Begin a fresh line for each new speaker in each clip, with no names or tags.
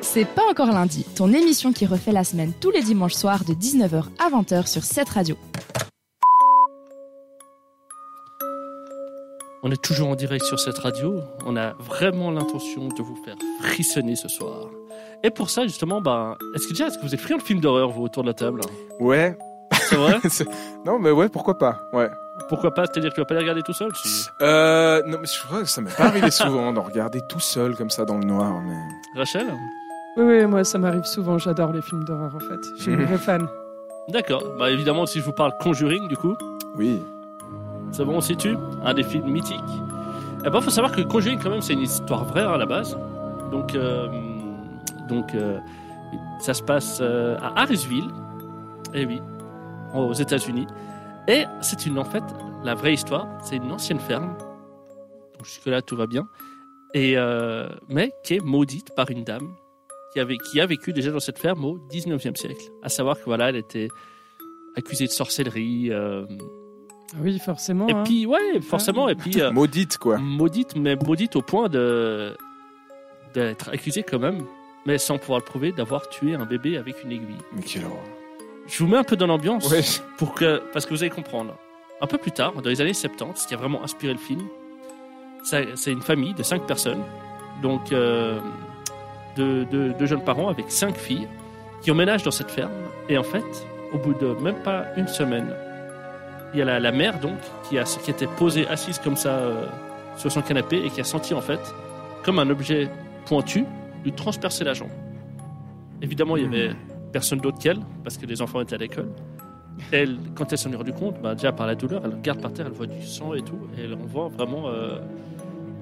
C'est pas encore lundi, ton émission qui refait la semaine tous les dimanches soirs de 19h à 20h sur cette radio.
On est toujours en direct sur cette radio. On a vraiment l'intention de vous faire frissonner ce soir. Et pour ça, justement, bah, est-ce que déjà, est-ce que vous êtes friand de films d'horreur, vous, autour de la table
Ouais.
C'est vrai
Non, mais ouais, pourquoi pas Ouais.
Pourquoi pas C'est-à-dire que tu vas pas les regarder tout seul si...
Euh, non, mais je crois que ça m'est pas arrivé souvent d'en regarder tout seul comme ça dans le noir, mais.
Rachel
Oui, oui, moi ça m'arrive souvent, j'adore les films d'horreur en fait. Je
Mhm.
suis une vraie fan.
D'accord. Bah, évidemment, si je vous parle Conjuring, du coup,
Oui.
c'est bon, on se situe Un des films mythiques. Eh ben, faut savoir que Conjuring, quand même, c'est une histoire vraie hein, à la base. Donc, euh, donc euh, ça se passe euh, à Harrisville, et oui, aux États-Unis. Et c'est une, en fait, la vraie histoire, c'est une ancienne ferme. Donc, jusque-là, tout va bien. Et, euh, mais qui est maudite par une dame qui, avait, qui a vécu déjà dans cette ferme au 19e siècle. À savoir que, voilà, elle était accusée de sorcellerie. euh,
Oui, forcément.
et
hein.
puis, ouais, forcément. Et puis, euh,
Maudite, quoi.
maudite, mais maudite au point de d'être accusée quand même, mais sans pouvoir le prouver, d'avoir tué un bébé avec une aiguille.
Mais quelle horreur.
Je vous mets un peu dans l'ambiance
Ouais.
pour que, parce que vous allez comprendre. Un peu plus tard, dans les années 70, ce qui a vraiment inspiré le film, ça- c'est une famille de cinq personnes, donc euh, de, de- de jeunes parents avec cinq filles, qui emménagent dans cette ferme. Et en fait, au bout de même pas une semaine, il y a la, la mère donc qui, a, qui était posée assise comme ça euh, sur son canapé et qui a senti en fait comme un objet pointu lui transpercer la jambe. Évidemment, il y avait personne d'autre qu'elle parce que les enfants étaient à l'école. Elle, quand elle s'en est rendue compte, bah, déjà par la douleur, elle regarde par terre, elle voit du sang et tout, et elle en voit vraiment. euh,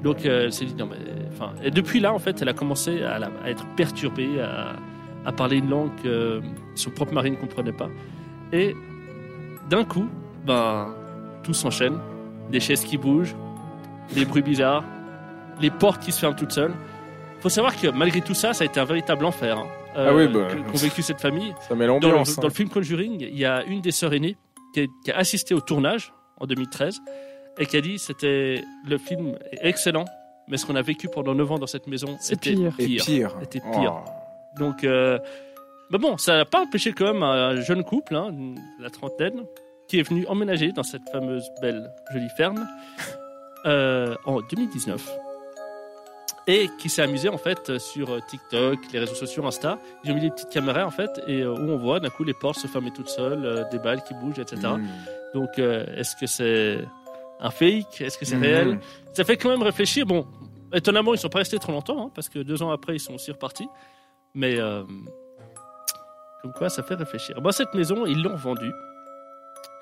Donc euh, elle s'est dit non mais, enfin, et depuis là en fait, elle a commencé à, la- à être perturbée, à, à parler une langue que euh, son propre mari ne comprenait pas, et d'un coup, ben tout s'enchaîne, des chaises qui bougent, des bruits bizarres, les portes qui se ferment toutes seules. Faut savoir que malgré tout ça, ça a été un véritable enfer. hein,
Ah oui, bah. hein.
que- qu'ont vécu cette famille
Ça met
dans
l'ambiance.
le, dans le film Conjuring, il y a une des sœurs aînées qui a, qui a assisté au tournage en 2013 et qui a dit c'était le film est excellent, mais ce qu'on a vécu pendant 9 ans dans cette maison,
C'est
c'était pire.
pire.
hein. Et pire.
C'était pire.
Oh.
Donc, euh, bah bon, ça n'a pas empêché quand même un jeune couple, hein, la trentaine, qui est venu emménager dans cette fameuse belle jolie ferme euh, en 2019 et qui s'est amusé en fait sur TikTok, les réseaux sociaux, Insta. Ils ont mis des petites caméras en fait et euh, où on voit d'un coup les portes se fermer toutes seules, euh, des balles qui bougent, etc.
Mm.
Donc, euh, est-ce que c'est un fake Est-ce que c'est
Mm.
réel ça fait quand même réfléchir. Bon, étonnamment, ils sont pas restés trop longtemps, hein, parce que deux ans après, ils sont aussi repartis. Mais euh, comme quoi, ça fait réfléchir. Bon, cette maison, ils l'ont vendue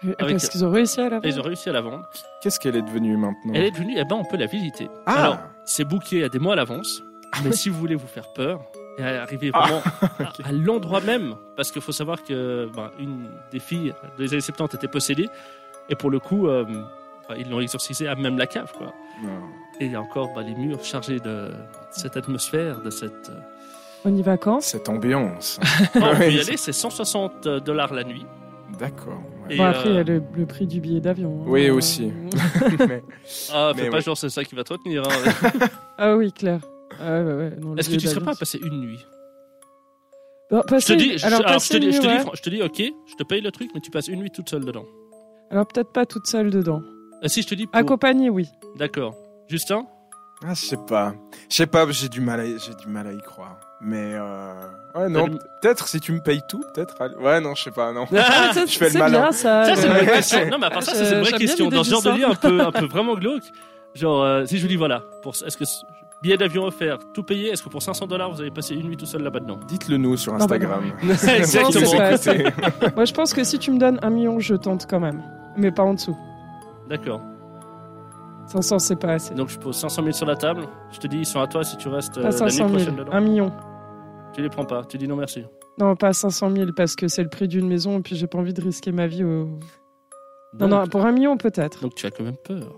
Et- et
avec-
Parce qu'ils ont réussi à la
et ils ont réussi à la vendre.
Qu'est-ce qu'elle est devenue maintenant
Elle est devenue, eh ben, on peut la visiter.
Ah
Alors, c'est booké à des mois à l'avance, mais si vous voulez vous faire peur et arriver vraiment à- à, l'endroit même, parce qu'il faut savoir que ben, une des filles des années 70 était possédée, et pour le coup, euh, ben, ils l'ont exorcisée à même la cave, quoi.
Non.
Et il y a encore bah, les murs chargés de cette atmosphère, de cette. euh,
On y vacances.
Cette ambiance.
Non, on peut y
Ouais.
aller, c'est 160 dollars la nuit.
D'accord. ouais.
Et,
Bon, Bah, après, il y
euh,
a le, le prix du billet d'avion. hein.
Oui,
Euh,
aussi. Mais-
Ah,
Mais
fais pas
ouais.
genre, c'est ça qui va te retenir. hein.
ah oui, clair. Ah, ouais, ouais, non, le
Est-ce que
billet
tu serais
d'avion,
pas à
c'est-
passer une nuit
Bon,
Je te
passer-
dis, je-
alors,
alors, je
passer
te dis-
une
je te
nuit,
dis,
ouais.
fran- je te dis, ok, je te paye le truc, mais tu passes une nuit toute seule dedans.
Alors peut-être pas toute seule dedans.
Ah, si je te dis. pour-
Accompagnée, oui.
D'accord. Justin
Ah, je sais pas. Je sais pas, j'ai du mal à, j'ai du mal à y croire. Mais euh... ouais, non,
Salut.
peut-être si tu me payes tout, peut-être. allez. Ouais, non, je sais pas, non.
Ah, ça,
je fais le
c'est
malin.
bien ça.
Ça, c'est une
le-
vraie
Ouais.
question. Non, mais à part ça, ça, c'est une
Euh,
vraie
j'aime bien
question.
l'idée
Dans
du
ce genre de
sort.
lieu un peu, un peu vraiment glauque, genre, euh, si je vous dis, voilà, pour, est-ce que ce- billet d'avion offert, tout payé, est-ce que pour 500 dollars, vous avez passé une nuit tout seul là-bas dedans
Dites-le nous sur
bah non.
Instagram.
Exactement.
Vous
C'est pas-
écoutez.
Moi, je pense que si tu me donnes un million, je tente quand même. Mais pas en dessous.
D'accord.
500, c'est pas assez.
Donc je pose 500 000 sur la table. Je te dis, ils sont à toi si tu restes euh,
Pas
la nuit
500
prochaine
000.
dedans.
Un million. Ah.
Tu les prends pas. Tu dis non merci.
Non, pas 500 000 parce que c'est le prix d'une maison et puis j'ai pas envie de risquer ma vie au. Non,
Donc-
non, pour un million peut-être.
Donc tu as quand même peur.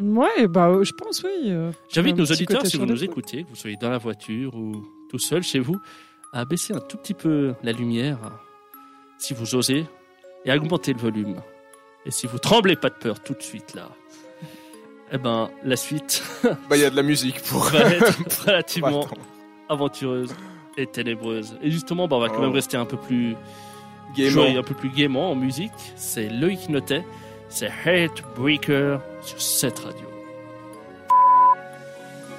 Ouais, bah euh, je pense oui. euh.
J'invite
Un
nos
petit
auditeurs,
côté
si vous
chaud.
nous écoutez, que vous soyez dans la voiture ou tout seul chez vous, à baisser un tout petit peu la lumière, si vous osez, et augmenter le volume. Et si vous tremblez pas de peur tout de suite là, eh ben la suite
Bah, il y a de la musique pour.
va être relativement
Attends.
aventureuse. et ténébreuse. Et justement, bah, on va quand
Oh.
même rester un peu plus
Gaiement.
joyeux, un peu plus gaiement en musique. C'est Loïc Notet, c'est Heartbreaker sur cette radio.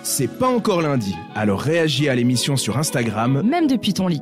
C'est pas encore lundi, alors réagis à l'émission sur Instagram
Même depuis ton lit.